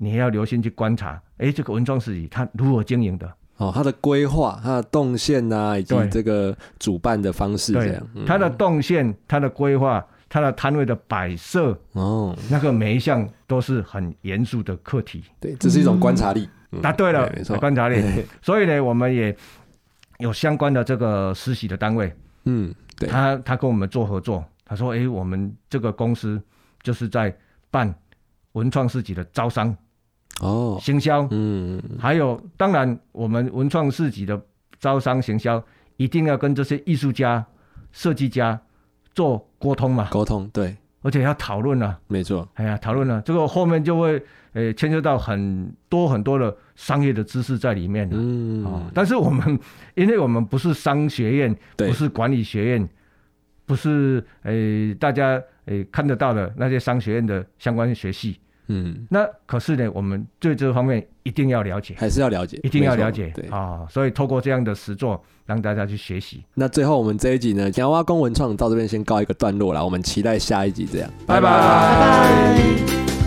Speaker 3: 你还要留心去观察，诶，这个文创市集它如何经营的？
Speaker 2: 哦，他的规划、他的动线呐、以及
Speaker 3: 对
Speaker 2: 这个主办的方式这
Speaker 3: 对
Speaker 2: 样，嗯，
Speaker 3: 它的动线、它的规划、它的摊位的摆设，
Speaker 2: 哦，
Speaker 3: 那个每一项都是很严肃的课题。
Speaker 2: 对，这是一种观察力。嗯
Speaker 3: 答啊对了
Speaker 2: 对没，错
Speaker 3: 观察力。所以呢，我们也有相关的这个实习的单位，
Speaker 2: 嗯，对，
Speaker 3: 他他跟我们做合作，他说：“诶，我们这个公司就是在办文创市集的招商、
Speaker 2: 哦，
Speaker 3: 行销，
Speaker 2: 嗯，
Speaker 3: 还有当然我们文创市集的招商行销一定要跟这些艺术家、设计家做沟通嘛，
Speaker 2: 沟通，对，
Speaker 3: 而且要讨论啊，
Speaker 2: 没错，
Speaker 3: 哎呀，讨论了，这个后面就会呃牵涉到很多很多的商业的知识在里面了。
Speaker 2: 嗯，
Speaker 3: 哦，但是我们，因为我们不是商学院，
Speaker 2: 对
Speaker 3: 不是管理学院，不是呃大家呃看得到的那些商学院的相关学系，
Speaker 2: 嗯，
Speaker 3: 那可是呢，我们对这方面一定要了解，
Speaker 2: 还是要了解，
Speaker 3: 一定要
Speaker 2: 没错
Speaker 3: 了解
Speaker 2: 对
Speaker 3: 啊、，所以透过这样的实作，让大家去学习。
Speaker 2: 那最后我们这一集呢，洋蛙公文创到这边先告一个段落啦，我们期待下一集这样，
Speaker 3: 拜拜
Speaker 1: 拜拜。